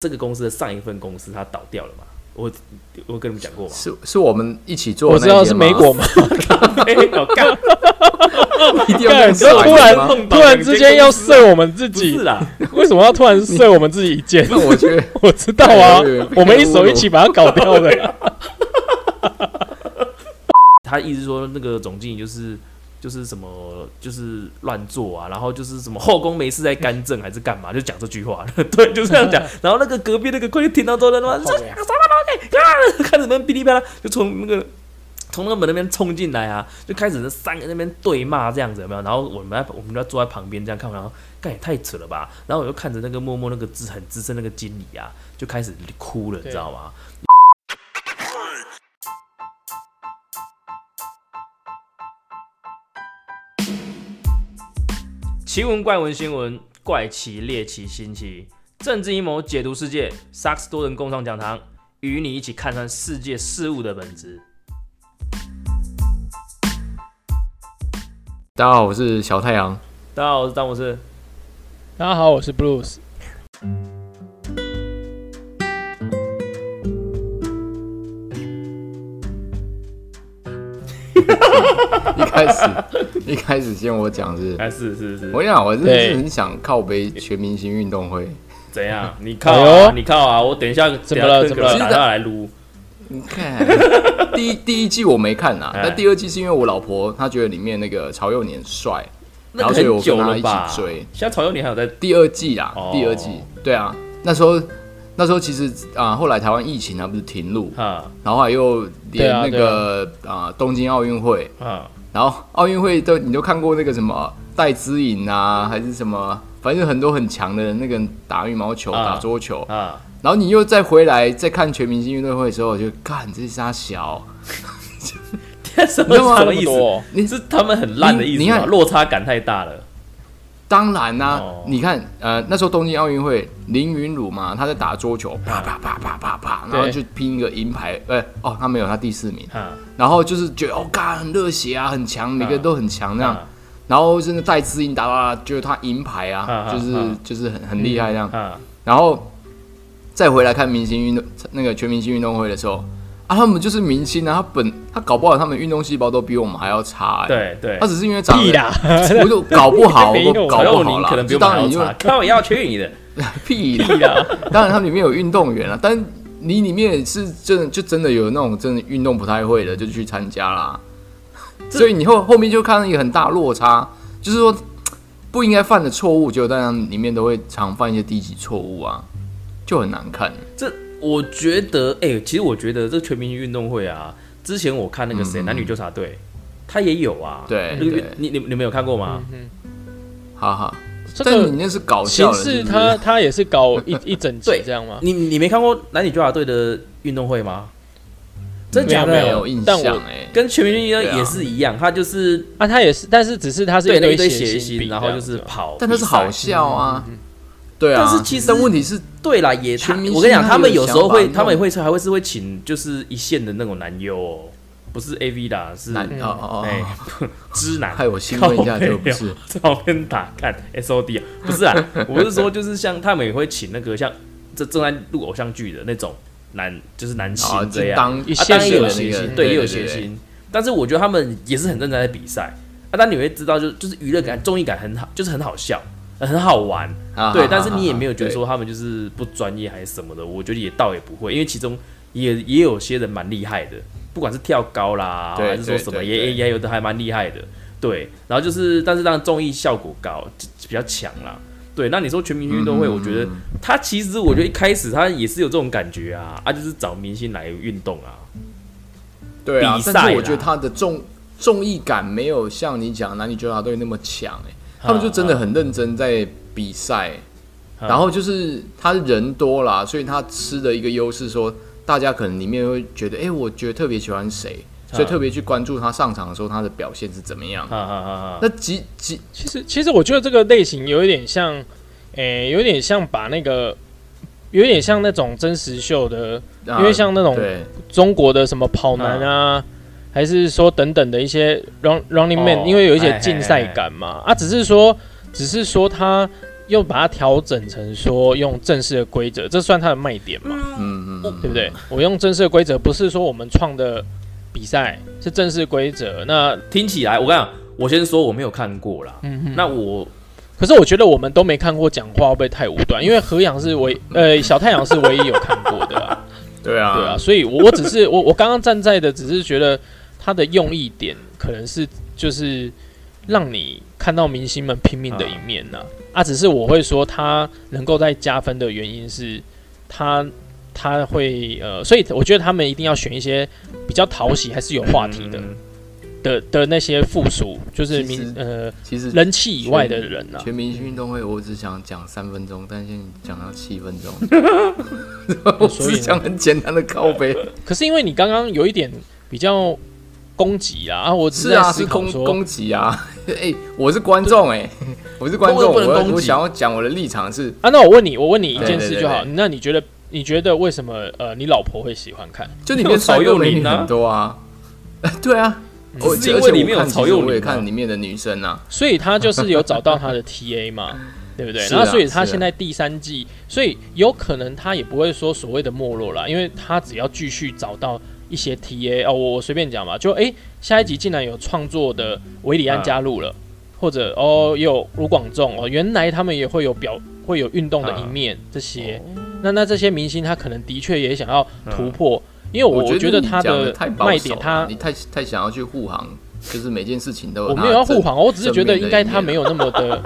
这个公司的上一份公司它倒掉了嘛？我我跟你们讲 过嘛？是是我们一起做我的那知一道间是吗美国嘛，没有哎哦干， 一定要这样干 突甩吗然碰突到然两之间间要公司射我们自不己是，啦，为什么要突然射我们自己一 箭？那我觉得 我知道啊我以为，被我们一手一起把它搞掉 的。他意思说那个总经理就是就是什么就是乱做啊，然后就是什么后宫没事在干政还是干嘛，就讲这句话， 对，就这样讲。然后那个隔壁那个快就听到之后，他妈这什么东西啊，开始那边哔哩吧啦，就从那个。从那个门那边冲进来啊，就开始那三个那边对骂这样子，有没有？然后我们在我们就坐在旁边这样看，然后干也太扯了吧！然后我就看着那个默默那个资很资深那个经理啊，就开始哭了，你知道吗？奇闻怪闻新闻，怪奇猎奇新奇，政治阴谋解读世界，萨克斯多人共创讲堂，与你一起看穿世界事物的本质。大家好，我是小太阳。大家好，我是詹姆斯。大家好，我是 Blues。一开始一开始先我讲是，哎，是是是我，想我真的对是很想靠背全明星运动会。怎样？你靠哎啊，呦你靠啊！我等一下怎么了等一下怎么了打电话来撸。你看 第一第一季我没看呐，哎但第二季是因为我老婆她觉得里面那个曹佑年帅，那然个后所以我很跟久他了一吧？起追。现在曹佑你还有在？第二季啦，哦第二季，对啊，那时候那时候其实啊、后来台湾疫情啊不是停录，哈然后还又对连啊那对个啊、东京奥运会，哈，然后奥运会都你都看过那个什么戴资颖啊，还是什么，反正很多很强的人，那个人打羽毛球、啊打桌球，啊！然后你又再回来再看全明星运动会的时候，我就干这是啥小，什么你知道吗 什么意这么多思？是他们很烂的意你思你吗？看落差感太大了。当然啦、哦你看，呃，那时候东京奥运会，林云儒嘛，他在打桌球，啪啪啪啪啪啪，然后对就拼一个银牌，呃，哦，他没有，他第四名，哈，然后就是觉得哦，干很热血啊，很强，每个人都很强那样，啊然后真的戴资颖打到就是他银牌啊啊，就是啊就是很很厉害这样，啊然后再回来看明星运动那个全明星运动会的时候，啊，他们就是明星啊，他本他搞不好他们运动细胞都比我们还要差、欸，，对对他。只是因为长屁得啦！我就搞不好，没有我都搞曹佑不好宁啦，可能比就我们当还然要你就差，靠，要去你的。屁啦， 当然他们里面有运动员啊，但你里面也是真的就真的有那种真的运动不太会的，就去参加啦。这所以你后后面就看到一个很大落差，就是说不应该犯的错误，就当然里面都会常犯一些低级错误啊，就很难看。这我觉得，哎、其实我觉得这全明星运动会啊，之前我看那个谁、嗯嗯男女纠察队，他也有啊。对那个对嗯你你你们有看过吗？哈哈，啊嗯这但你个那是搞笑的，形式是不是它它也是搞一一整集对这样吗？啊你你没看过男女纠察队的运动会吗？真假没的？没有印但我象哎、跟全明星运动对啊也是一样，他就是啊，它也是，但是只是它是对那一堆堆血腥腥，饼然后这就是样子嘛跑，但那是好。笑啊，对啊。嗯但是其实但问题是，对啦，也他全明星我跟你讲，他们有时候他有会，想法他们也会还会是会请就是一线的那种男优、哦，不是 A V 啦，是男哦哦哎哦哦， 知男。害我兴奋一下，就 不是照片打看 S O D 啊，不是啊， 我是说就是像他们也会请那个像这正在录偶像剧的那种男，就是男星啊，这就样，啊，当一当然也有线谐的那星，个对，也有对谐对对星，但是我觉得他们也是很认真在比赛啊，但你会知道就就是娱乐感、综艺感很好，就是很好笑，呃很好玩，啊对哈，但哈是哈你也没有觉得对说他们就是不专业还是什么的，我觉得也倒也不会，因为其中也也有些人蛮厉害的，不管是跳高啦，对还是说什么，对对也也对也有的还蛮厉害的，对。然后就是，但是让综艺效果高，就比较强啦。对，那你说全明星运动会，嗯我觉得他其实我觉得一开始他也是有这种感觉啊，啊，就是找明星来运动啊，对啊比，赛啦但是我觉得他的综综艺感没有像你讲男女纠察队那么强哎、他们就真的很认真在比赛、嗯然后就是他人多啦，所以他吃的一个优势说，大家可能里面会觉得，哎、我觉得特别喜欢谁，嗯所以特别去关注他上场的时候他的表现是怎么样。哈哈哈哈，那几几其实，其实我觉得这个类型有一点像，诶、有点像把那个，有点像那种真实秀的，啊因为像那种对中国的什么跑男啊，还是说等等的一些 Run Running Man，、哦因为有一些竞赛感嘛。啊，只是说，只是说他又把它调整成说用正式的规则，这算它的卖点嘛？嗯嗯嗯，对不对？我用正式的规则，不是说我们创的比赛是正式规则。那听起来我跟你讲，我先说我没有看过啦。那我可是我觉得我们都没看过，讲话会不会太武断？因为何阳是唯呃小太阳是唯一有看过的啊，对啊，对啊，，所以我我只是我我刚刚站在的只是觉得他的用意点可能是就是让你看到明星们拼命的一面呐、啊。只是我会说他能够在加分的原因是他他会呃，所以我觉得他们一定要选一些比较讨喜还是有话题的、嗯的的那些附属，就是其实明呃其实人气以外的人呐、全明星运动会，我只想讲三分钟，但现在讲到七分 钟，我所以只讲很简单的靠 背。可是因为你刚刚有一点比较攻击啊，啊我只是啊，在思是考攻说攻击啊！ 哎、我是观众哎、我是观众，不不能我攻击我想要讲我的立场是，啊，那我问你，我问你一件对对事对就好，对那你觉得你觉得为什么呃你老婆会喜欢看？就里面曹帅佑哥美女宁啊很多啊， 对啊，我嗯是因而为且里面我有看曹其实佑我也宁啊看里面的女生啊，所以他就是有找到他的 TA 嘛， 对不对？是啊那所以他是啊现在第三季，所以有可能他也不会说所谓的没落啦，因为他只要继续找到一些 TA 哦，我我随便讲嘛，就诶，下一集竟然有创作的维里安加入了，或者哦也有卢广仲哦，原来他们也会有表会有运动的一面、这些，啊那那这些明星他可能的确也想要突破。因为哦我嗯我觉得得你他讲的得太保卖守点，了啊他你太太想要去护航，就是每件事情都有我它没有要护正航，我只是觉得应该他没有，有那么的，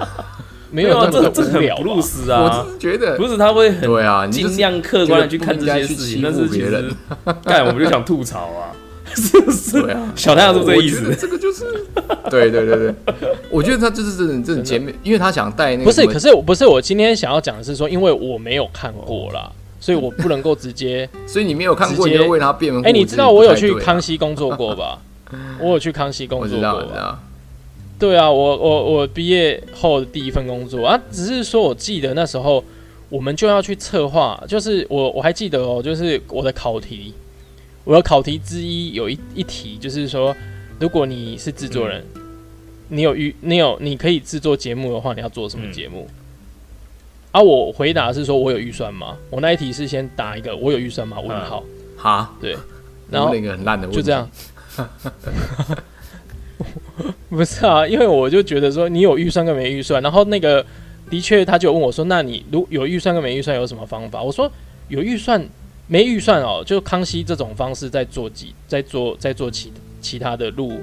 没没有有啊，那这么这的无很聊不吧。入时我啊只，是觉得不是他会很对啊，你就是尽量客观的去看这些事就是情，但不应该去是其欺负别人实干我们就想吐槽啊， 是不是对啊？小太阳是不是这意我觉得思？这个就是， 对对对对，我觉得他就是这种这种前面，因为他想带那个不是，什么可是我不是我今天想要讲的是说，因为我没有看过啦，所以我不能够直接。所以你没有看过，直你接就为他辩护。哎、你这知道我有去不太对啊康，熙工作过吧？我有去康熙工我作知道，过我知吧？道。对啊，我我我毕业后的第一份工作啊，只是说我记得那时候我们就要去策划，就是我我还记得哦，就是我的考题，我的考题之一有一一题就是说，如果你是制作人，你有预你有你可以制作节目的话，你要做什么嗯节目？啊，我回答是说我有预算吗？我那一题是先答一个我有预算吗？问嗯号，哈，对，然然后啊后那个很烂的问题，啊就这样。 不是啊，因为我就觉得说你有预算跟没预算，然后那个的确他就问我说，那你如有预算跟没预算有什么方法？我说有预算没预算哦，就康熙这种方式在做几在做在做其其他的路，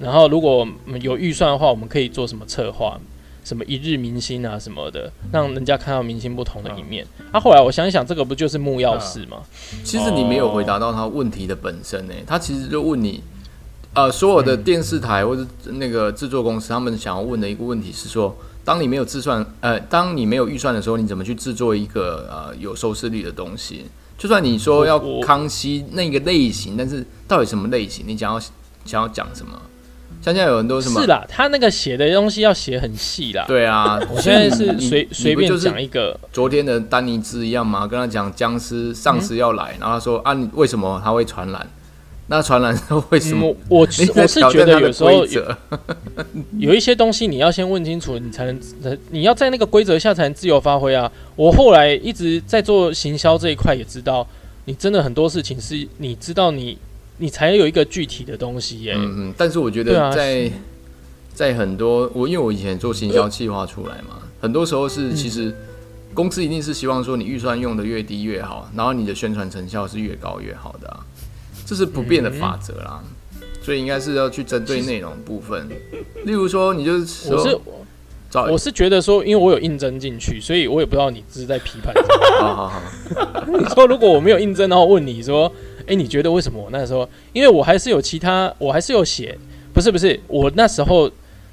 然后如果我们有预算的话，我们可以做什么策划？什么一日明星啊什么的，让人家看到明星不同的一面。啊，后来我想一想，这个不就是木曜四吗？其实你没有回答到他问题的本身呢、欸哦他其实就问你，呃，所有的电视台或者那个制作公司，他们想要问的一个问题是说，当你没有预算，呃，当你没有预算的时候，你怎么去制作一个呃有收视率的东西？就算你说要我我康熙那个类型，但是到底什么类型？你想要想要讲什么？像现在有很多什么是啦，他那个写的东西要写很细啦。对啊，我现在是你随你随你不便就是讲一个，昨天的丹尼兹一样嘛，跟他讲僵尸丧尸要来，然后他说啊，你为什么他会传染？那传染是为什嗯， 么？我我是你我在是挑觉战得他的有时候规有则，有一些东西你要先问清楚，你才能你要在那个规则下才能自由发挥啊。我后来一直在做行销这一块，也知道你真的很多事情是你知道你你才有一个具体的东西耶、嗯嗯。但是我觉对啊得在、在很多我因为我以前做行销计划出来嘛，很多时候是其实公司一定是希望说你预算用的越低越好，然后你的宣传成效是越高越好的、啊，这是不变的法则啦。嗯所以应该是要去针对内容部分，例如说你就是哦我是说找我是觉得说，因为我有应征进去，所以我也不知道你是在批判什么。好好好，你 说如果我没有应征，然后问你说，哎、你觉得为什么我那时候？因为我还是有其他，我还是有写，不是不是，我那时候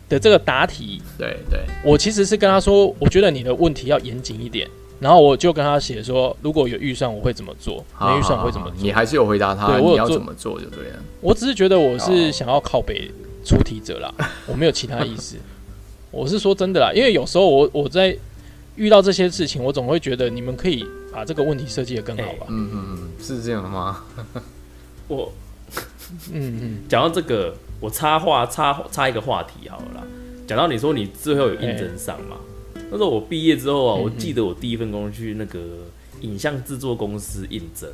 的这个答题，对对。我其实是跟他说，我觉得你的问题要严谨一点，然后我就跟他写说，如果有预算我会怎么做，没预算我会怎么好好好做。你还是有回答他，对我有你要做怎么做就对了。我只是觉得我是想要靠北出题者啦，我没有其他意思。 我是说真的啦，因为有时候我我在遇到这些事情，我总会觉得你们可以把这个问题设计的更好吧。嗯嗯嗯，是这样的吗？我 嗯嗯。讲到这个，我插话插插一个话题好了啦。讲到你说你最后有应征上嘛？那时候我毕业之后啊，我哎记得我第一份工作去那个影像制作公司应征，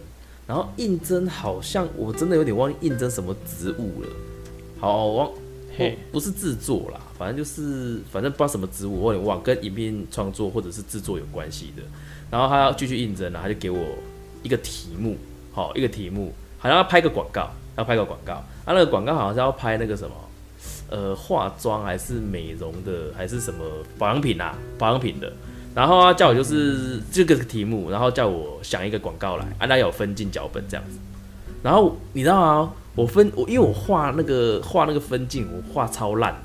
然后应征好像我真的有点忘记应征什么职务了，好，我忘哎嘿，哦不是制作啦，反正就是反正不知道什么职务，我有点忘，跟影片创作或者是制作有关系的。然后他要继续应征了，他就给我一个题目，好一个题目，好像要拍个广告，要拍个广告。他、那个广告好像是要拍那个什么，呃，化妆还是美容的，还是什么保养品啊，保养品的。然后他叫我就是这个题目，然后叫我想一个广告来，啊，那有分进脚本这样子。然后你知道啊，我分我因为我画那个画那个分镜，我画超烂的，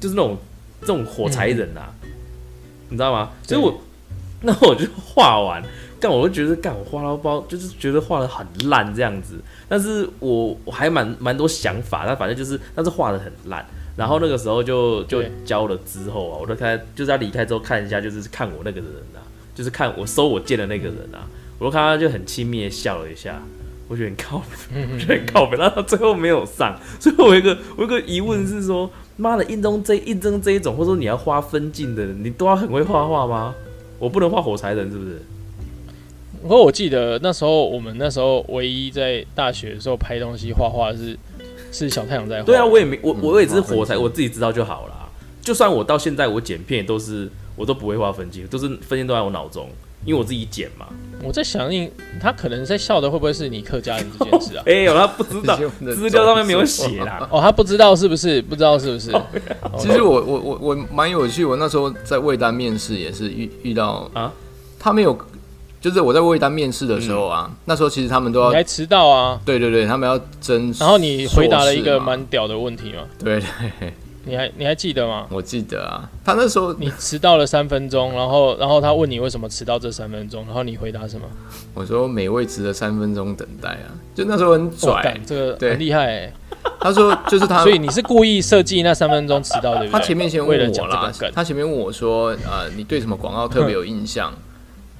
就是那种这种火柴人啊，你知道吗？所以我 那我就画完，但我就觉得干我画到包，就是觉得画的很烂这样子。但是我我还蛮蛮多想法，但反正就是但是画的很烂。然后那个时候就就对交了之后啊，我就看就是他离开之后看一下，就是看我那个人啊，就是看我收我件的那个人啊，我就看他就很轻蔑地笑了一下，我觉得很靠谱。 嗯就很靠北，但他最后没有上，所以我有一个我有一个疑问是说，妈的，应征这应征这一种，或者说你要画分镜的，你都要很会画画吗？我不能画火柴人是不是？不过我记得那时候我们那时候唯一在大学的时候拍东西画画是是小太阳在画。哦对啊，我也没嗯我我也只是画分火柴，镜我自己知道就好啦。就算我到现在我剪片也都是我都不会画分镜，都是分镜都在我脑中，因为我自己剪嘛。？嗯我在想应他可能在笑的会不会是你客家人这件哦事啊哎呦，他不知 道资料上面没有写啦。哦，他不知道是不是？不知道是不是？啊哦哦其实我我我我蛮有趣，我那时候在魏丹面试也是遇遇到啊，他没有，就是我在魏丹面试的时候啊，那时候其实他们都嗯你要还迟到啊？对对对，他们要争，然后你回答了一硕个士嘛蛮屌的问题嘛？对对，你还你还记得吗？我记得啊，他那时候你迟到了三分钟，然后然后他问你为什么迟到这三分钟，然后你回答什么？我说每位值得三分钟等待啊，就那时候很哇拽干，，这个对很厉害欸。他说就是他 所以你是故意设计那三分钟迟到，对不对？他前面先为了问讲我这个啦梗，，他前面问我说，呃，你对什么广告特别有印象？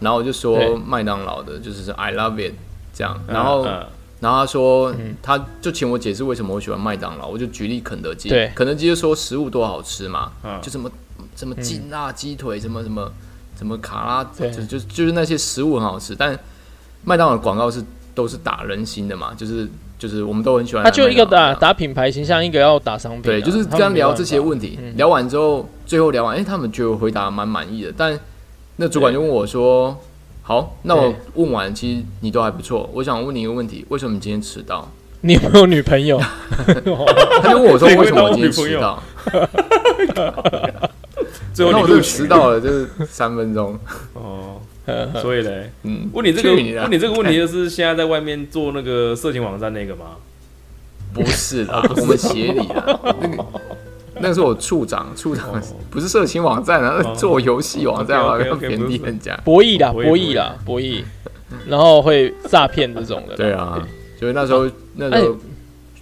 然后我就嗯对说麦当劳的，就是说 I love it 这样。然后，嗯然后他说，嗯他就请我解释为什么我喜欢麦当劳，我就举例肯德基，对肯德基就说食物多好吃嘛嗯，就什么什么劲辣鸡腿，什么什么什么卡拉，嗯对就就就是那些食物很好吃，但麦当劳的广告是都是打人心的嘛，就是就是我们都很喜欢来麦他就当劳嘛。一个打打品牌形象，一个要打商品啊、对，就是他们刚刚没办聊法这些问题，聊完之后，最后聊完，哎、他们觉得我回答蛮满意的，但那主管就问我说：“好，那我问完，其实你都还不错，我想问你一个问题，为什么你今天迟到你有没有女 朋友？？”他就问我说：“你会为什么当我我今天女朋友迟到最？”后那我你就录取迟到了，就是三分钟。哦，呵呵所以嘞，嗯，问你这个去你的问你这个问题就是现在在外面做那个色情网站那个吗？不是啦，我们协理啊，那个。那个是我处长，处长不是色情网站啊，哦做游戏网站啊，不要 OK，OK，OK，贬不低是人家。博弈啦，博博弈弈啦，博弈，然后会诈骗这种的。对啊，所以那时候那时候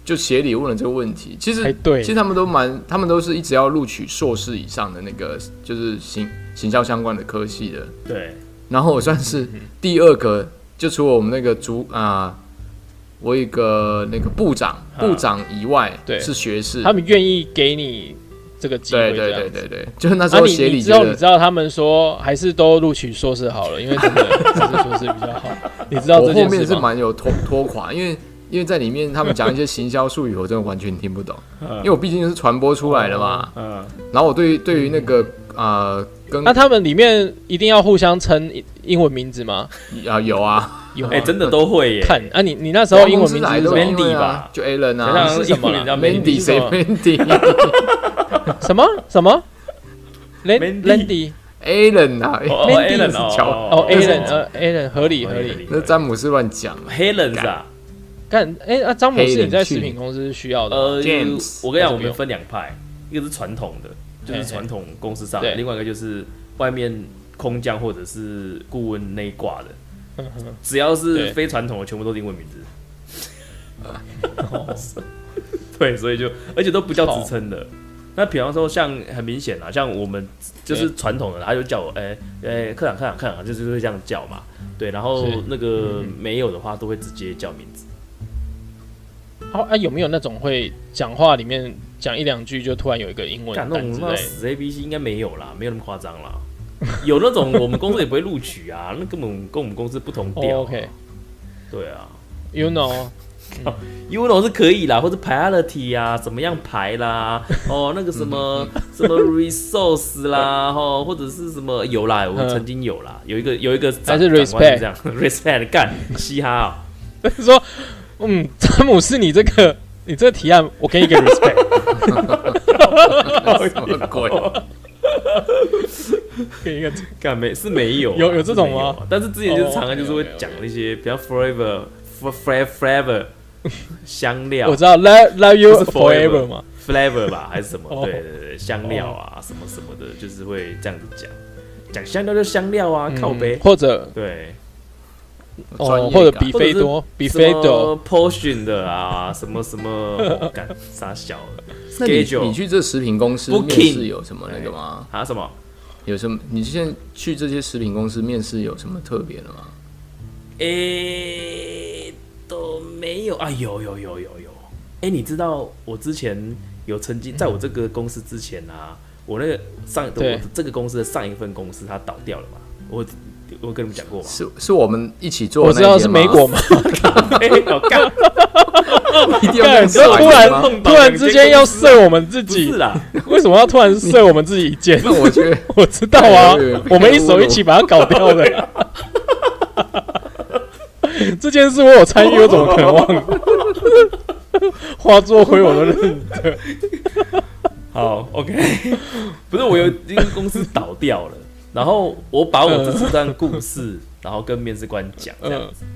就协理问了这个问题，其哎实对其实他们都蛮，他们都是一直要录取硕士以上的那个就是行行销相关的科系的，对，然后我算是第二个，就除了我们那个主啊、我有一个那个部长啊部长以外，对是学士，他们愿意给你这个机对对会，这对样。对对，就是那时那候你协理你之觉后你得知道他们说还是都录取硕士好了，因为真的还是硕士比较好。你知道我后这件面事是吗？蛮有拖拖垮，因为因为在里面他们讲一些行销术语，我真的完全听不懂，嗯因为我毕竟是传播出来的嘛。嗯，然后我对于对于那个呃跟那啊、他们里面一定要互相称英文名字吗？有啊，有哎，吗真的都会耶。看啊，你你那时候英文是名字来是的什都么？ Mandy 吧吧，就 Alan 好像啊是什么啦英文叫，Mandy 谁什么 Mandy 什么什么 Mandy ？Landy Alan 啊哦，Mandy Alan，是哦乔哦哦那是，Alan 呃，Alan 合理合理。那詹姆斯乱讲 Helens 啊，干哎啊，张姆黑斯人你在去食品公司是需要的吗，呃 James，我跟你那讲，我就不们用分两派，一个是传统的，就嘿是嘿传统公司上对的，另外一个就是外面空降或者是顾问那一挂的，嗯哼只要是对非传统的，全部都是英文名字。 对，所以就而且都不叫职称的。那比方说像很明显啦，啊像我们就是传统的，他就叫我嗯哎哎科长科长科长，就是会这样叫嘛。对，然后是嗯那个没有的话，都会直接叫名字。哦啊，有没有那种会讲话里面讲一两句就突然有一个英文干单那种之那类的？死 A B C 应该没有啦，没有那么夸张啦。 有那种我们公司也不会录取啊，那根本跟我们公司不同调、啊哦，OK 对啊，you know， ，Uno 是可以啦，或者 Priority 啊，怎么样排啦，哦，那个什么嗯什么 Resource 啦，哦，或者是什么有啦，我嗯曾经有啦，有一个有一个还长是长官这样 Respect 干嘻哈啊、说，嗯，詹姆斯，你这个你这个提案，我给你一个 respect， 什么鬼？啊给你一个干没是没有啊、有有这种是吗没有啊？但是之前就是哦常常就是会 OK，OK，OK 讲那些比较 forever、forever、forever 香料我知道 love love you 不是 forever forever 嘛， flavor 吧，还是什么？哦对对对，香料啊，什么什么的，就是会这样子讲。讲香料就香料啊，嗯靠背。或者对， 专哦，业或者感比菲多，比什菲多，么 portion 的啊，什么什么，哦干傻小的那你 schedule 你去这食品公司 Booking 面试有什么那个吗？啊什么？有什么？你现在去这些食品公司面试有什么特别的吗？诶、都没有啊，有有有有有。诶、你知道我之前有曾经在我这个公司之前啊，我那个上嗯对我这个公司的上一份公司它倒掉了嘛，我我跟你们讲过吗？是是我们一起做我的知那一间吗？ 道是啊美国 嘛，没有干，一定要干认 突识来然源吗？碰到突然之间要射，射我们自不己是，啦，为什么要突然射我们自己一箭？ 那我觉得 我知道啊哎我以为，我们一手一起把它搞 掉的。这件事我有参与，我怎么可能忘了？ 化作灰我都认得。好，OK，不 是我有一个公司倒掉了，然后我把我这次段故 事，然后跟面试官讲这样嗯，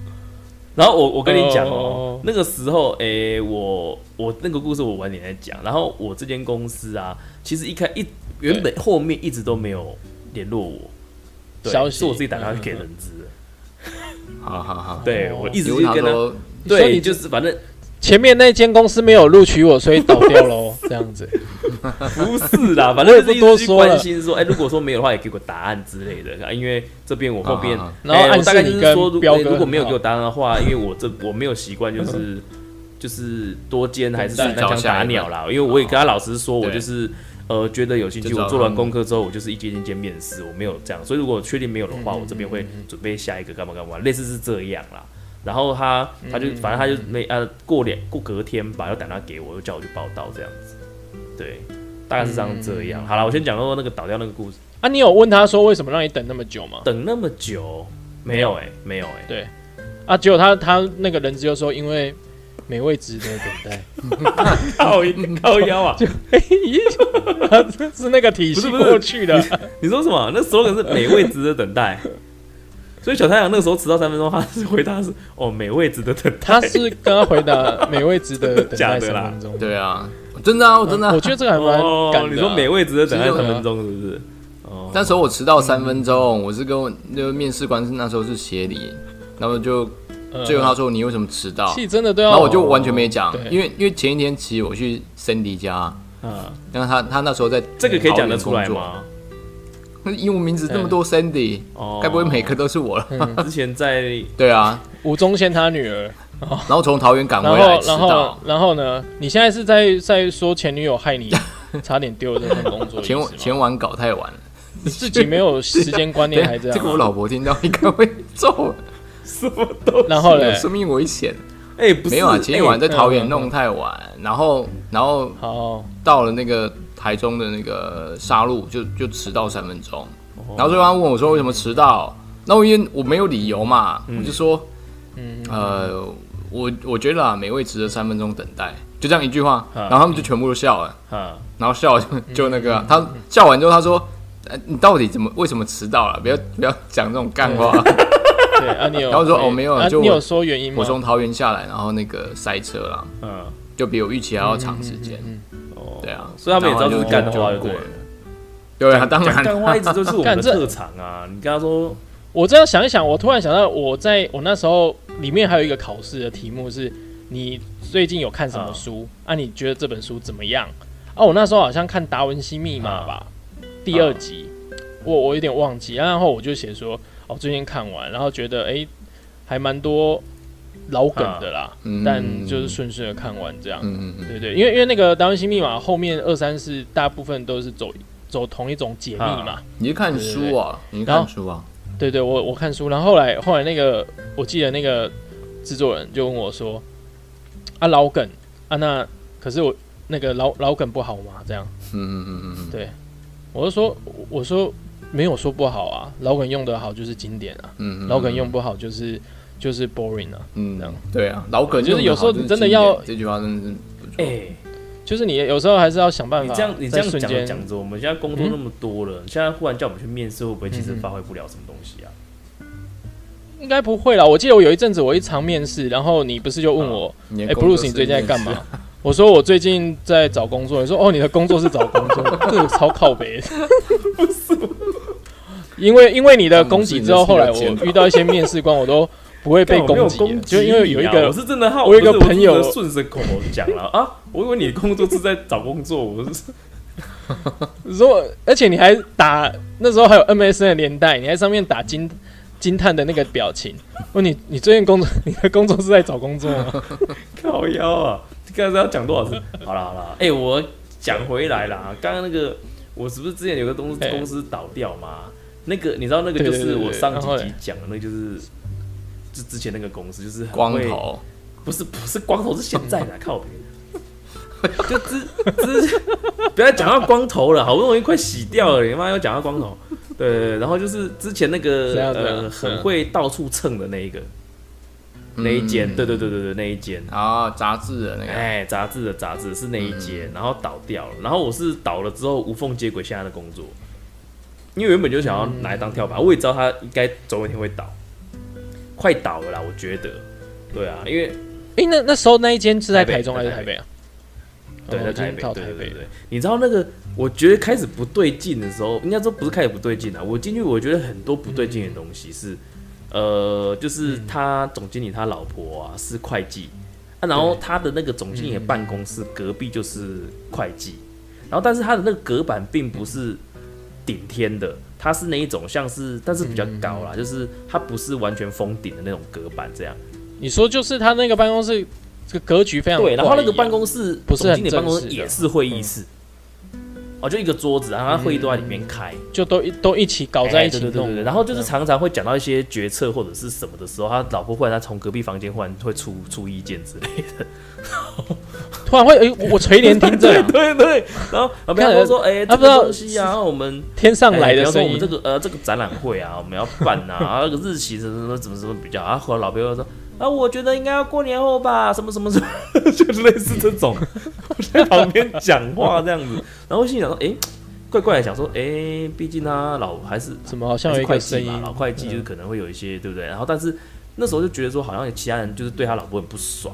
然后我我跟你讲哦哦，那个时候，诶、我我那个故事我晚点再讲。然后我这间公司啊，其实一开一原本后面一直都没有联络我，消对，息是我自己打电话给人资的。好好好，对哦我一直就因为他跟他，说所以对，你就是反正前面那间公司没有录取我，所以倒掉喽，这样子。 不是啦，反我也正就不是多去说了关心说，哎、如果说没有的话，也给我答案之类的。啊因为这边我后边，啊啊啊然后哎我暗示大概就是你跟说，如彪哎哥如果没有很好给我答案的话，因为我这我没有习惯就是就是多兼还是等单待枪打鸟啦，因为我也跟他老实说，我对就是。呃，觉得有兴趣，就找我做完他们功课之后，我就是一间一间面试，我没有这样，所以如果确定没有的嗯话，我这边会准备下一个干嘛干嘛，类似是这样啦。然后他他嗯就反正他就没呃过两过隔天吧，又打电话给我，又叫我去报道这样子，对，大概是长这嗯样。好了，我先讲到那个倒掉那个故事，啊，你有问他说为什么让你等那么久吗？等那么久没有哎、嗯没有哎、对，啊，结果他他那个人只有说因为没位置的等 待，靠 靠腰啊！咦，是那个体不系是不是过去的， 你说什么？那时候可是美味值得等待。所以小太阳那时候迟到三分钟，他是回答是哦美味值得等待。他是跟他回答每位值得 等假待的啦三分钟。对啊，真的啊，我真的啊我。觉得这个还蛮哦感的啊。，啊你说美味值得等待其实三我分钟是不是？哦，那时候我迟嗯到三分钟，我是跟我那个面试官是那时候是协理，然后就嗯最后他说你为什么迟到？气真的都要，然后我就完全没讲对，因为因为前一天其实我去 Cindy 家，啊，然后他他那时候在这个可以讲得桃出来园工作？吗？那英文名字这么多 Cindy，嗯哦，该不会每个都是我哦 了？之前在对啊，吴宗宪他女儿，然后从桃园赶然回来后迟然后到，然后呢？你现在是在在说前女友害你 差点丢了这份工作的意思前吗，晚前晚搞太晚了。你自己没有时间观念哎还这 对这个我样，啊老婆听到应该会揍我，什么都然后有嘞，生命危险。 哎不是没有啊，前一晚在哎桃园嗯弄太晚，然后然后好，到了那个台中的那个沙路，就就迟到三分钟。哦然后对方问我说为什么迟到，那我因为我没有理由嘛，我就说，嗯呃，我我觉得啊，每位值得三分钟等待，就这样一句话，嗯然后他们就全部都笑了，啊然后笑就就那个啊，他笑完之后他说。呃你到底怎么为什么迟到了？不要不要讲这种干话。嗯对啊，你有，然后说哦哎没有啊就你我有说原因吗？我从桃园下来，然后那个塞车啦，嗯就比我预期还要长时间。嗯哦 对啊，所以他们也知道然这后是就干话就对就过了了。对啊，当讲干然话一直都是我们的干这特长啊！你跟他说我这样想一想，我突然想到，我在我那时候里面还有一个考试的题目是，你最近有看什么书啊？你觉得这本书怎么样？啊，我那时候好像看《达文西密码》吧，第二集，我我有点忘记。然后我就写说，哦，最近看完，然后觉得哎、诶还蛮多老梗的啦，嗯但就是顺顺的看完这样。嗯嗯嗯，对对，因为因为那个《达文西密码》后面二三四大部分都是走走同一种解密嘛。你是看书啊，你是然看后书啊，对对，我我看书，然后后来后来那个我记得那个制作人就问我说：“啊老梗啊那可是我那个老老梗不好吗？”这样嗯嗯嗯嗯嗯，对，我就说我我说没有说不好啊，老梗用得好就是经典啊，嗯嗯老梗用不好就是就是 boring 啊，嗯这样对啊，老梗就用是得有时候好你是真的经典要这句话真的是不错，哎、就是你有时候还是要想办你法这样你这啊在样瞬讲着间讲着，我们现在工作那么多了，你现在忽然叫我们去面试，会不会其实发挥不了什么东西嗯啊？应该不会啦。我记得我有一阵子我一常面试，然后你不是就嗯问我，你哎、的 b 工 r u 作 c 是 e 你最近在干嘛？ 我说我最近在找工作。你说哦，你的工作是找工作，这个超靠 北。不是，因为因为你的攻击之后，后来我遇到一些面试官，我都不会被干我没有攻击攻了，就因为有一你啊个我是真的好，我有一个不是朋友我是真的顺着口讲了啊，我以为你的工作是在找工作，我是如果而且你还打那时候还有 MSN 的年代，你还上面打惊惊叹的那个表情，问你你最近工作 你的工作是在找工作 吗？靠腰啊！刚才要讲多少次？好啦好啦，哎、我讲回来啦，刚刚那个我是不是之前有个公司哎公司倒掉嘛？那个你知道那个对就对对是对我上然几后集嘞讲的，那个就是就之前那个公司就是很光会头，不是不是光头，是现在的、 靠别。就之之，不要讲到光头了，好不容易快洗掉了，你妈又讲到光头。对对对，然后就是之前那怎个样怎样呃，很嗯会到处蹭的那一个那一嗯间，对对对对对，那一间。啊，杂志的那个，嗯哎，杂志的杂志是那一间，然后倒掉了，然后我是倒了之后无缝接轨现在的工作，因为原本就想要拿来当跳板，我也知道它应该总有一天会倒，快倒了啦，我觉得，对啊，因为诶、那那时候那一间是台在北台中还是在台台北啊？对，哦在已经台北，到对台对北对。对你知道那个，我觉得开始不对劲的时候，应该说不是开始不对劲啊，我进去我觉得很多不对劲的东西是，呃，就是嗯他总经理他老婆啊是会计，啊，然后他的那个总经理的办公室隔壁就是会计，然后但是他的那个隔板并不是顶天的，它是那一种像是，但是比较高嗯啦，就是它不是完全封顶的那种隔板这样。你说就是他那个办公室这个格局非常对，然后那个怪异啊办公室不是总很经理办公室正式的也是会议室，哦，就一个桌子，然后他会议都在里面开，就都一都一起搞嗯哦在一起哎对对对对弄，对然后就是常常会讲到一些决策或者是什么的时候，他老婆忽然他从隔壁房间忽然会出出意见之类的，突然会哎、我我垂帘听政啊、 对对，然后然后被他看说了说，哎，他这不知个道东西啊，我们天上来哎比的方说声我们音这，个呃这个展览会啊，我们要办 啊，啊那个日期什么什么怎么怎么比较好啊，后来老朋友说啊，我觉得应该要过年后吧，什么什么什么， 就是类似这种，我在旁边讲话这样子，然后心想说，哎、怪怪的想说，哎、毕竟他老还是怎么好像还有是一会个声计音嘛，？老会计就是可能会有一些，对不对？然后但是那时候就觉得说，好像其他人就是对他老婆很不爽，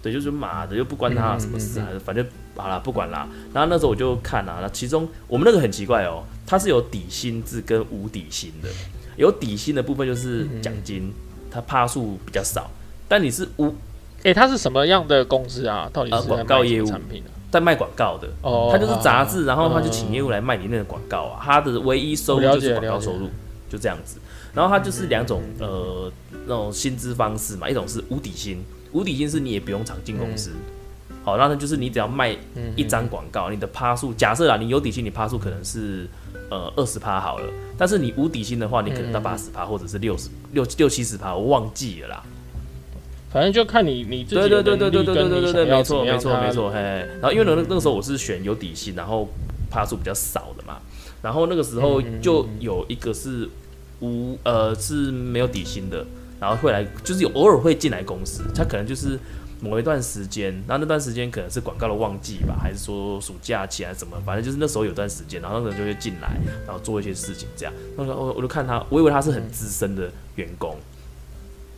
对，就是妈的又不关他什么嗯事啊，反正好啦，不管啦。然后那时候我就看啊，那其中我们那个很奇怪哦，它是有底薪制跟无底薪的，有底薪的部分就是奖金，它趴数比较少，但你是无哎、他是什么样的公司啊？到底呃是在广告卖什么业务产品啊？在卖广告的，哦，他就是杂好。好好嗯志，然后他就请业务来卖你那个广告啊，他的唯一收入就是广告收入，就这样子。然后他嗯就是两种呃那种薪资方式嘛，一种是无底薪，无底薪是你也不用常进公司，嗯好，那他就是你只要卖一张广告，你的趴数，假设啦，你有底薪，你趴数可能是呃二十趴好了，但是你无底薪的话，你可能嗯到八十趴或者是六十六六七十趴，我忘记了啦。反正就看你你自己对的对对对能力对对对跟对你对想对，要没怎错么样啊没错它没错，嘿。然后因为呢，那个时候我是选有底薪，然后趴数比较少的嘛，然后那个时嗯候就有一个是无呃是没有底薪的，然后会来就是有偶尔会进来公司，他可能就是。某一段时间，然后那段时间可能是广告的旺季吧，还是说暑假期还是什么，反正就是那时候有段时间，然后那个人就会进来，然后做一些事情这样。那时候我我就看他，我以为他是很资深的员工，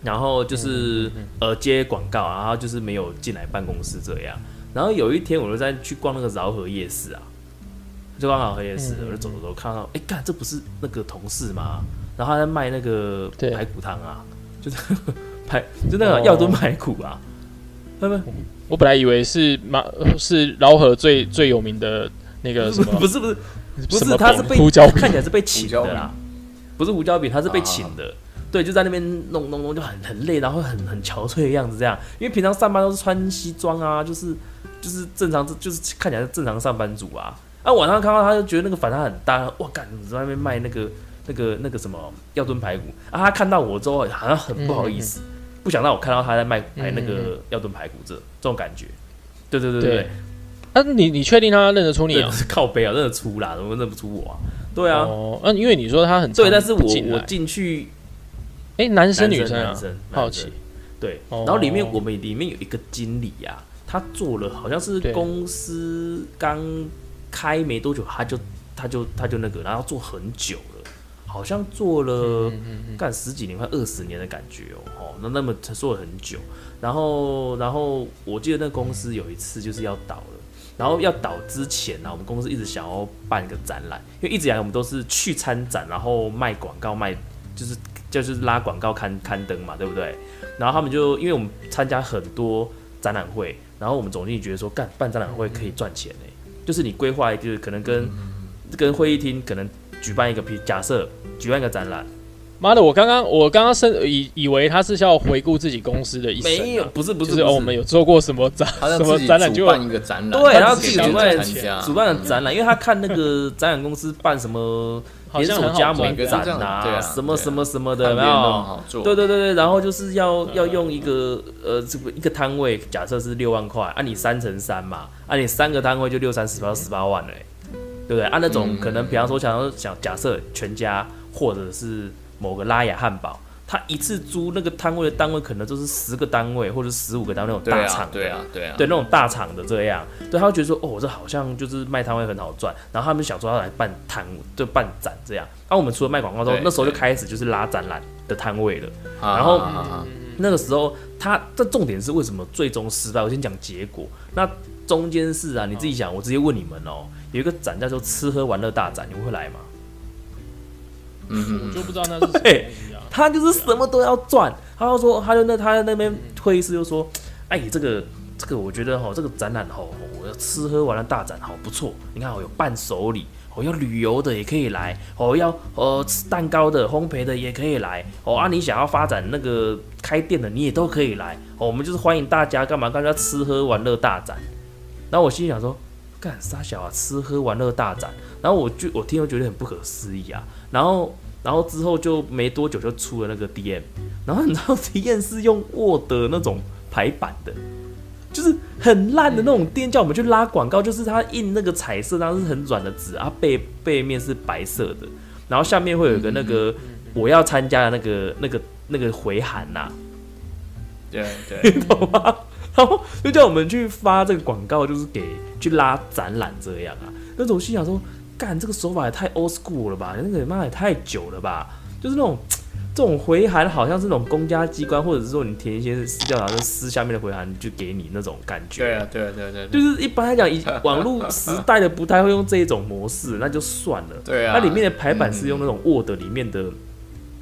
然后就是呃接广告，然后就是没有进来办公室这样。然后有一天我就在去逛那个饶河夜市啊，就逛饶河夜市，我就走走走，看到哎干、这不是那个同事吗？然后他在卖那个对排骨汤啊，就是排就那个药炖排骨啊，他们我本来以为是马是饶河最最有名的那个什么 不是不是不什是，么他是饼被胡椒饼看起来是被请的胡椒啦，不是胡椒饼，他是被请的。对，就在那边弄弄弄，就很很累，然后很很憔悴的样子，这样。因为平常上班都是穿西装啊，就是就是正常，就是看起来是正常上班族啊。啊，啊，晚上看到他就觉得那个反差很大，哇，干，你在外面卖那个那个那个什么药炖排骨啊？他看到我之后好像很不好意思，不想让我看到他在卖卖那嗯嗯嗯个药炖排骨这这种感觉。对对对对啊，你你确定他认得出你对，啊？靠背啊，认得出啦，怎么认不出我啊？对啊，哦，嗯、因为你说他很对，但是我我哎进去、诶男生男女生啊男生？好男奇生，对，哦然后里面我们里面有一个经理啊，他做了好像是对公司刚开没多久，他就他就他就那个，然后做很久了，好像做了嗯嗯嗯，干十几年快二十年的感觉哦，哦，那那么做了很久，然后然后我记得那公司有一次就是要倒了。然后要倒之前啊呢、我们公司一直想要办一个展览，因为一直以来我们都是去参展，然后卖广告、卖就是就是拉广告刊刊登嘛，对不对？然后他们就因为我们参加很多展览会，然后我们总经理觉得说，干办展览会可以赚钱呢、就是你规划就是可能跟跟会议厅可能举办一个，比假设举办一个展览，妈的，我刚刚我刚刚是以以为他是要回顾自己公司的一生啊、没有，不是不就是是不哦，是我们有做过什么展他让什么自己展览就主办一个展览，对，他然后自自己己主办办参加，主办的展览，因为他看那个展览公司办什么好连像很锁好加做盟每个都展这样对啊什么对啊什么什么看的，有别没人都很有？好做，对对对对，然后就是要嗯要用一个呃，这个一个摊位，假设是六万块，按、你三乘三嘛，啊按、你三个摊位就六三十八十八万了、欸，对不对？按、那种嗯可能，比方说想要想假设全家或者是某个拉雅汉堡，他一次租那个摊位的单位可能就是十个单位或者十五个单位那种对大啊厂，对啊，对啊，对那种大厂的这样，对，他会觉得说，哦，这好像就是卖摊位很好赚，然后他们想说要来办摊，就办展这样。那、我们除了卖广告之后对，那时候就对开始就是拉展览的摊位了。啊，然后啊啊啊那个时候他这重点是为什么最终失败？我先讲结果，那中间是啊，你自己想，我直接问你们哦，有一个展叫做“吃喝玩乐大展”，你们会来吗？嗯嗯我嗯就不知道那是什么东对西啊。他就是什么都要赚，他就说，他就那他在那边会议室就说，哎，这个这个我觉得哈，这个展览哈，我要吃喝玩乐大展好不错，你看哦，有伴手礼。哦，要旅游的也可以来，哦，要呃吃蛋糕的、烘焙的也可以来，哦啊，你想要发展那个开店的，你也都可以来，哦，我们就是欢迎大家干嘛？大家吃喝玩乐大展。然后我心里想说，干傻小啊，吃喝玩乐大展。然后我就我听了觉得很不可思议啊。然后然后之后就没多久就出了那个 DM，然后你知道 DM 是用 Word 那种排版的，就是很烂的那种店叫我们去拉广告，就是它印那个彩色，当然是很软的纸啊，背背面是白色的，然后下面会有一个那个我要参加的那个那个那个回函啊呐、对对，懂吗？然后就叫我们去发这个广告，就是给去拉展览这样啊。那种心想说，干这个手法也太 old school 了吧，那个妈也太久了吧，就是那种。这种回函好像是那种公家机关，或者是说你填一些私调查，就私下面的回函就给你那种感觉。对啊，对啊，对啊对啊就对啊，是一般来讲，以网络时代的不太会用这一种模式，那就算了。对啊它里面的排版是用那种 Word 里面的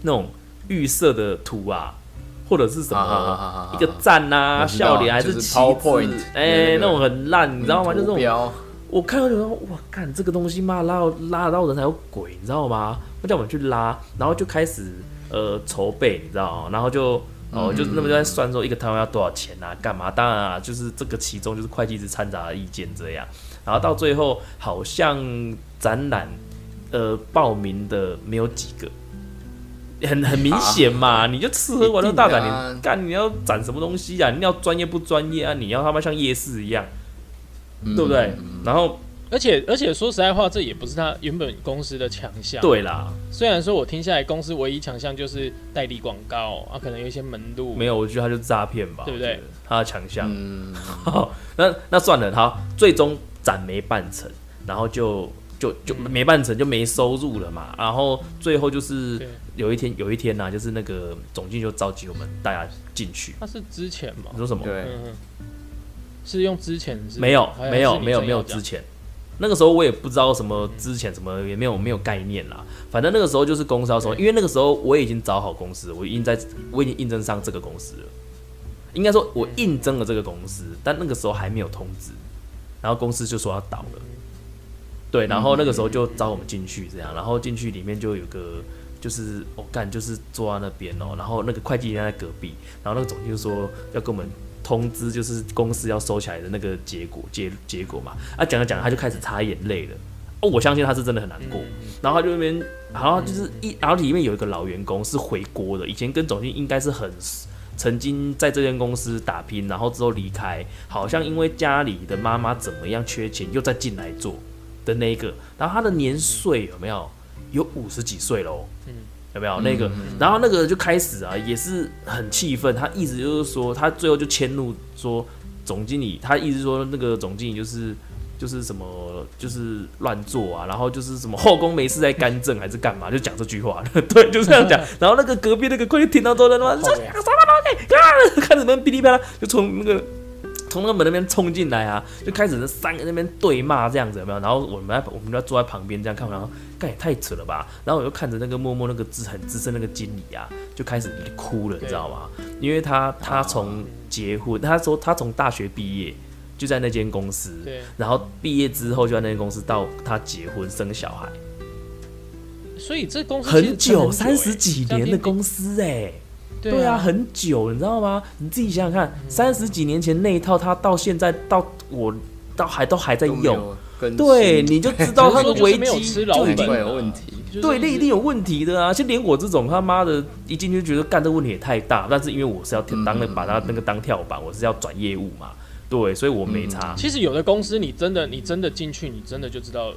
那种预设的图啊，或者是什么、啊啊啊啊啊一个赞呐、我知道笑脸还就是是旗 PowerPoint 帜，哎、对对对那种很烂，你知道吗？就图这种，标我看到就说，哇，干这个东西嘛，拉拉到人还有鬼，你知道吗？他叫我们去拉，然后就开始呃筹备，你知道吗？然后就。哦，嗯就是那么在算说一个摊位要多少钱啊，干嘛？当然啊，就是这个其中就是会计师掺杂的意见这样。然后到最后好像展览呃报名的没有几个， 很很明显嘛，你就吃喝玩乐大展，啊一定的啊你干你要展什么东西啊？你要专业不专业啊？你要他妈像夜市一样，对不嗯对？然后而且而且说实在话，这也不是他原本公司的强项。，对啦，虽然说我听下来，公司唯一强项就是代理广告啊，可能有一些门路。没有，我觉得他就是诈骗吧，对不对我觉得？他的强项。嗯，好，那那算了，好，最终展没办成，然后就就就嗯没办成，就没收入了嘛。然后最后就是对有一天有一天呐、啊就是那个总经理就召集我们大家进去。他是之前嘛你，说什么？对，嗯，哼，是用之前是没有还是没有你没有正没要有讲之前，那个时候我也不知道什么之前什么也没有没有概念啦。反正那个时候就是公司要收，对因为那个时候我已经找好公司，我已经在我已经应征上这个公司了。应该说我应征了这个公司，嗯但那个时候还没有通知，然后公司就说要倒了。对，然后那个时候就招我们进去这样，然后进去里面就有个就是我干、就是坐在那边哦，然后那个会计人在隔壁，然后那个总经理就说要跟我们通知，就是公司要收起来的那个结果结结果嘛。啊，讲着讲着他就开始擦眼泪了，哦，我相信他是真的很难过。然后他就那边，然后就是一，然后里面有一个老员工是回国的，以前跟总经理应该是很曾经在这间公司打拼，然后之后离开，好像因为家里的妈妈怎么样缺钱，又再进来做的那一个。然后他的年岁有没有有五十几岁喽？嗯，有没有那个？然后那个就开始啊，也是很气愤，他一直就是说，他最后就迁怒说总经理，他一直说那个总经理就是。就是什么就是乱做啊，然后就是什么后宫没事在干政还是干嘛，就讲这句话，对，就这样讲。然后那个隔壁那个快听到之后，他妈这什么东西啊，开始那边噼里啪啦就从那个从那个门那边冲进来啊，就开始那三个那边对骂这样子，有没有？然后我们在我们就坐在旁边这样看，然后干也太扯了吧。然后我就看着那个默默那个资很资深那个经理啊，就开始哭了，你知道吗？因为他啊他从结婚，他说他从大学毕业就在那间公司，对，然后毕业之后就在那间公司到他结婚生小孩，所以这公司很久，三三十几年的公司哎、欸对啊，啊，嗯很久，你知道吗？你自己想想看，三十几年前那一套，他到现在到我到还都还在都没用，有跟对，新你就知道他的 就是危没有机吃老就已本经会有问题。就是对，那一定有问题的啊！就连我这种他妈的，一进去就觉得干这问题也太大，但是因为我是要嗯当那把它那个当跳板，我是要转业务嘛，对，所以我没差。嗯其实有的公司，你真的你真的进去，你真的就知道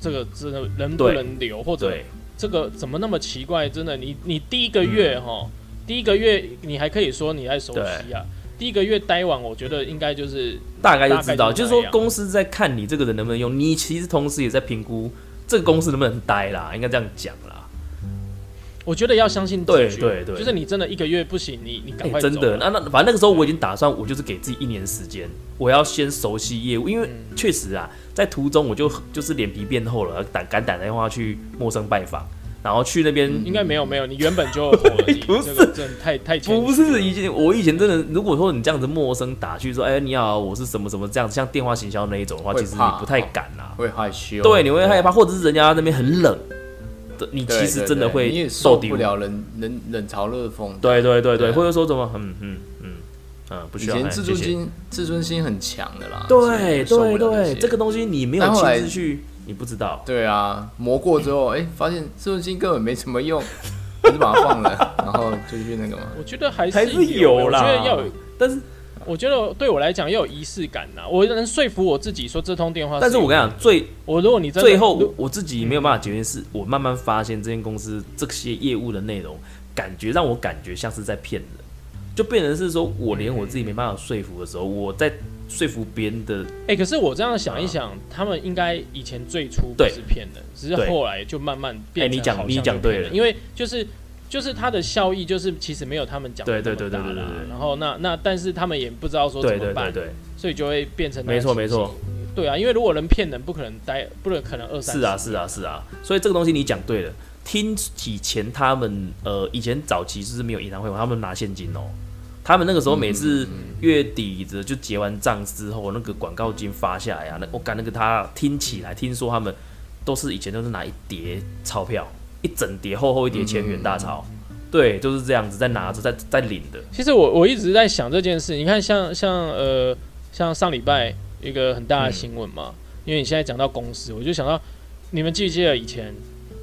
这个真的能不对能留，或者对，这个怎么那么奇怪？真的，你你第一个嗯月哈、第一个月你还可以说你还熟悉啊，第一个月待完，我觉得应该就是大概就知道，大概就就是是说那样公司在看你这个人能不能用，你其实同时也在评估这个公司能不能待啦，应该这样讲啦。我觉得要相信直对觉对对就是你真的一个月不行，你你赶哎、快、走真的，啊那那反正那个时候我已经打算，我就是给自己一年时间，我要先熟悉业务，因为嗯确实啊，在途中我就就是脸皮变厚了，胆敢打电话去陌生拜访，然后去那边。应该没有没有，你原本就有火了，你 不是这个真的太太谦虚不是以前，我以前真的，如果说你这样子陌生打去说，哎、你好，我是什么什么这样，像电话行销那一种的话，会其实你怕不太哦敢啦、会害羞，对，你会害怕，或者是人家那边很冷，对你对，其实真的对对你会也受丢不。了冷冷冷嘲热讽。，对对对对，对啊或者说怎么，嗯嗯嗯嗯，不以需要。前哎自谢尊谢心自尊心很强的啦。对所以对受不了对，些这个东西你没有但后亲来自去，你不知道。对啊，磨过之后，哎、发现自尊心根本没什么用， 我就把它放了， 然后就去那个嘛。我觉得还是还是有啦我觉得要有，但是啊我觉得对我来讲要有仪式感呐、我能说服我自己说这通电话。但是我跟你讲，最我如果你真的最后我我自己没有办法决定，是我慢慢发现这间公司这些业务的内容，感觉让我感觉像是在骗人，就变成是说我连我自己没办法说服的时候，我在说服别人的哎、可是我这样想一想，他们应该以前最初不嗯对是骗人，只是对后来就慢慢变哎你成讲好像你就讲对骗人了因为就是就是它的效益就是其实没有他们讲的对对对对那么大对对啦对对然后那那但是他们也不知道说怎对么对办，对对，所以就会变成那没错样没的情错。形。对啊，因为如果能骗人，不可能待，不能可能二三十是啊，是啊，是啊。所以这个东西你讲对了。听以前他们呃，以前早期就是没有演唱会嘛，他们拿现金哦。他们那个时候每嗯次月底的就结完账之后，那个广告金发下来啊，那我感那个他听起来听说他们都是以前都是拿一叠钞票，一整叠厚厚一叠千元大钞，嗯对，就是这样子在拿着在在领的。其实我我一直在想这件事，你看像像呃像上礼拜一个很大的新闻嘛，因为你现在讲到公司，我就想到你们记不记得以前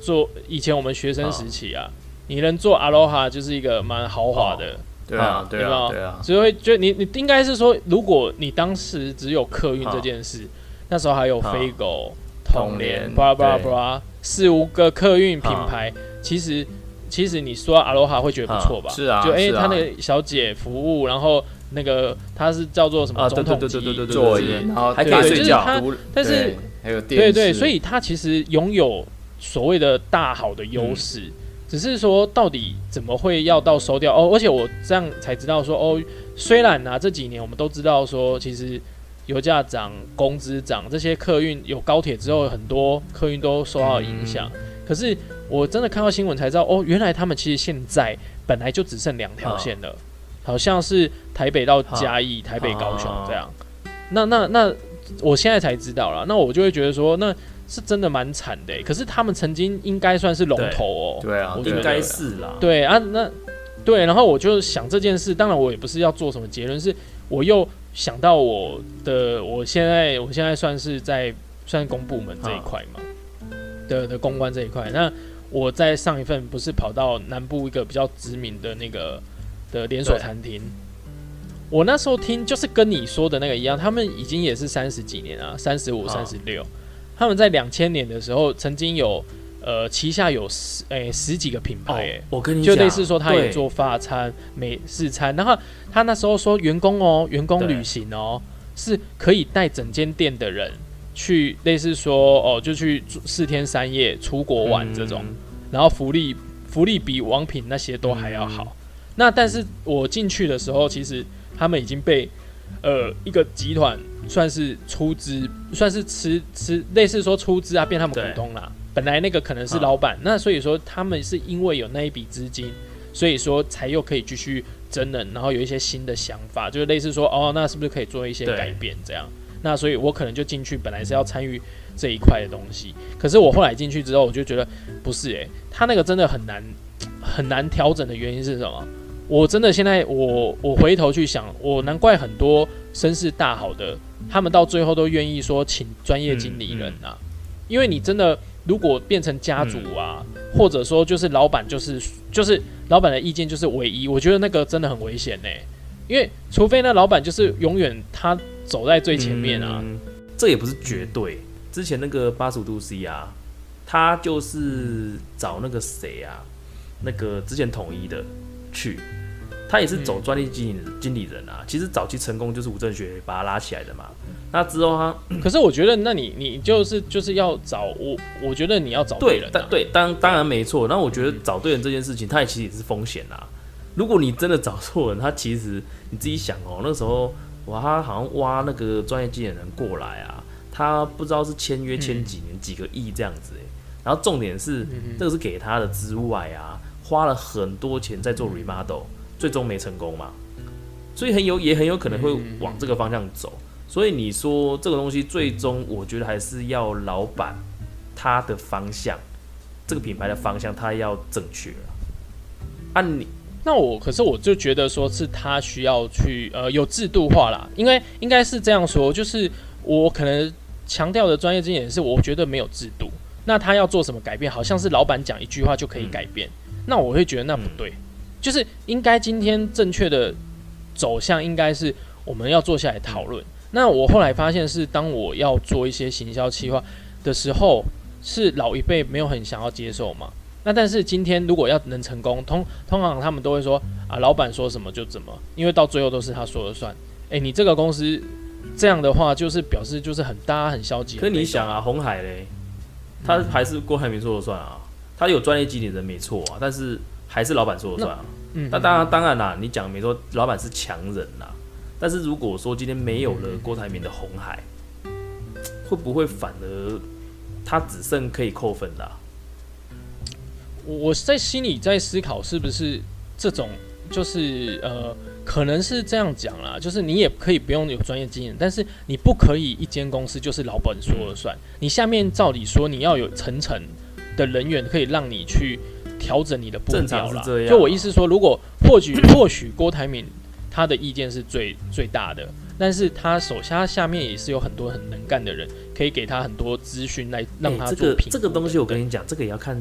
做以前我们学生时期啊，你能做 Aloha 就是一个蛮豪华的，对啊，对有没啊，有对啊，所以会觉得你你应该是说，如果你当时只有客运这件事，那时候还有啊飞狗、统统联联、巴拉巴拉对巴拉四五个客运品牌，啊其实其实你说阿罗哈会觉得不错吧？是啊就哎，是啊他那个小姐服务，然后那个他是叫做什么啊对总统对对对对级对座对椅，然后还可以睡对啊觉独但是对还有电对视，对，所以他其实拥有所谓的大好的优势，嗯只是说到底怎么会要到收掉哦？而且我这样才知道说哦，虽然啊这几年我们都知道说，其实油价涨、工资涨，这些客运有高铁之后，很多客运都受到影响。嗯可是我真的看到新闻才知道哦，原来他们其实现在本来就只剩两条啊线了，好像是台北到啊嘉义、台北、高雄啊这样。那那那，我现在才知道了，那我就会觉得说，那是真的蛮惨的欸。可是他们曾经应该算是龙头哦、对啊，我对觉应得啊该是啦。对啊，那对，然后我就想这件事，当然我也不是要做什么结论，是我又啊想到我的，我现在我现在算是在算公部门这一块嘛，的的公关这一块。那我在上一份不是跑到南部一个比较知名的那个的连锁对餐厅，我那时候听就是跟你说的那个一样，他们已经也是三十几年啊，三十五、啊三十六，他们在两千年的时候曾经有呃旗下有十诶、十几个品牌、诶。哦我跟你就讲，类似说他也对做法餐、美式餐，然后他那时候说员工哦，员工旅行哦，是可以带整间店的人去，类似说哦，就去住四天三夜出国玩这种，嗯然后福利福利比王品那些都还要好。嗯那但是我进去的时候，其实他们已经被呃一个集团算是出资，算是吃吃类似说出资啊，变他们股对东啦。本来那个可能是啊老板，那所以说他们是因为有那一笔资金，所以说才又可以继续真人，然后有一些新的想法，就是类似说哦，那是不是可以做一些对改变这样？那所以我可能就进去，本来是要参与这一块的东西，可是我后来进去之后，我就觉得不是诶、他那个真的很难很难调整的原因是什么？我真的现在我我回头去想，我难怪很多声势大好的，他们到最后都愿意说请专业经理人嗯啊，因为你真的如果变成家族啊，嗯或者说就是老板就是就是老板的意见就是唯一，我觉得那个真的很危险呢、因为除非那老板就是永远他走在最前面啊，嗯这也不是绝对。之前那个八十五度 C 啊，他就是找那个谁啊，那个之前统一的去，他也是走专利经理经理人啊。其实早期成功就是吴正学把他拉起来的嘛。那之后他可是我觉得，那你你就是就是要找我，我觉得你要找对人、但啊。嗯对当当然没错。那我觉得找对人这件事情，他也其实也是风险啦。如果你真的找错人，他其实你自己想哦，那时候哇，他好像挖那个专业经理人过来啊，他不知道是签约嗯签几年、几个亿这样子欸然后重点是，这个是给他的之外啊，花了很多钱在做嗯 remodel，最终没成功嘛，所以很有也很有可能会嗯往这个方向走。所以你说这个东西最终，我觉得还是要老板他的方向，这个品牌的方向他要正确啊。按你那我可是我就觉得说是他需要去呃有制度化啦，因为应该是这样说，就是我可能强调的专业经验是，我觉得没有制度。那他要做什么改变，好像是老板讲一句话就可以改变，那我会觉得那不对，就是应该今天正确的走向应该是我们要坐下来讨论。那我后来发现是，当我要做一些行销企划的时候，是老一辈没有很想要接受嘛。那但是今天如果要能成功，通通常他们都会说啊，老板说什么就怎么，因为到最后都是他说了算。诶，你这个公司这样的话，就是表示就是很大家很消极。可是很你被动想啊，红海嘞，他还是郭台铭说了算啊，他有专业经理人没错啊，但是还是老板说了算啊。嗯，那当然当然啦，你讲没错，老板是强人啦。但是如果说今天没有了郭台铭的红海，会不会反而他只剩可以扣分啦、我我在心里在思考，是不是这种就是呃，可能是这样讲啦，就是你也可以不用有专业经验，但是你不可以一间公司就是老板说了算，你下面照理说你要有层层的人员可以让你去调整你的步正调常啦是这。样啊就我意思说，如果或许或许郭台铭他的意见是最最大的，但是他手下下面也是有很多很能干的人，可以给他很多资讯来让欸他这做个评估这个东西，我等等跟你讲，这个也要看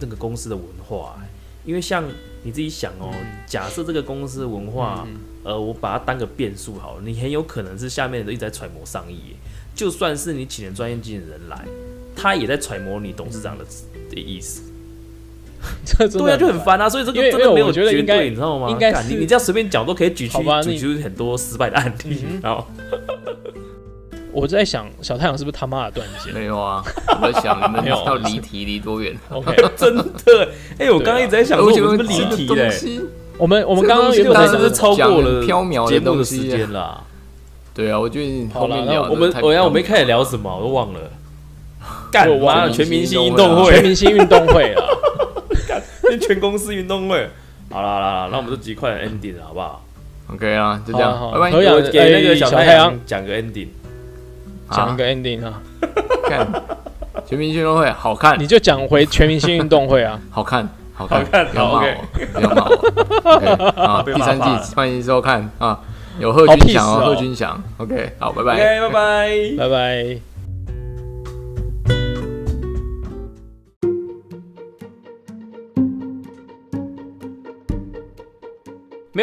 那个公司的文化欸、因为像你自己想哦、嗯假设这个公司的文化，呃，我把它当个变数好了，你很有可能是下面人都一直在揣摩上意欸、就算是你请了专业经理人来，他也在揣摩你董事长的的意思， 这嗯真的对啊，就很烦烦啊，所以这个因为真的没因为有我觉得绝应该对，你知道吗？应该干你是你这样随便讲都可以举出好吧举你出很多失败的案例嗯，哼然后 我在想，小太阳是不是他妈的断 线没有啊，我在想你 们没有啊要离题离多远？ ？OK，真的，哎，我啊刚刚一直在想说我觉得们是不是离题这个嘞东。西，我们我们刚刚原我本们在是不讲是什么超过了讲很缥缈的节目的东时西间啦？对啊，我觉得你后好啦面那聊我们我要我没开始聊什么，我都忘了。干我忘妈了的全明星运运动动全会，明星运动啊会啊？ 全公司运动会。好啦好啦，好啦那我们就极快 ending 了，好不好？ OK 啊，就这样好啊，好拜啊可以拜。啊我给那个哎小小太太阳阳讲个 ending。讲一个 ending 啊，啊看 全民运动会好看你，就讲回全明星运动会啊。好看，好看，好看不要骂好我， 不要骂我。OK 啊，被第骂三怕了季欢迎收看啊，有贺好军屁翔事哦，哦贺军翔。OK，好，拜拜。 OK，拜拜。拜拜。没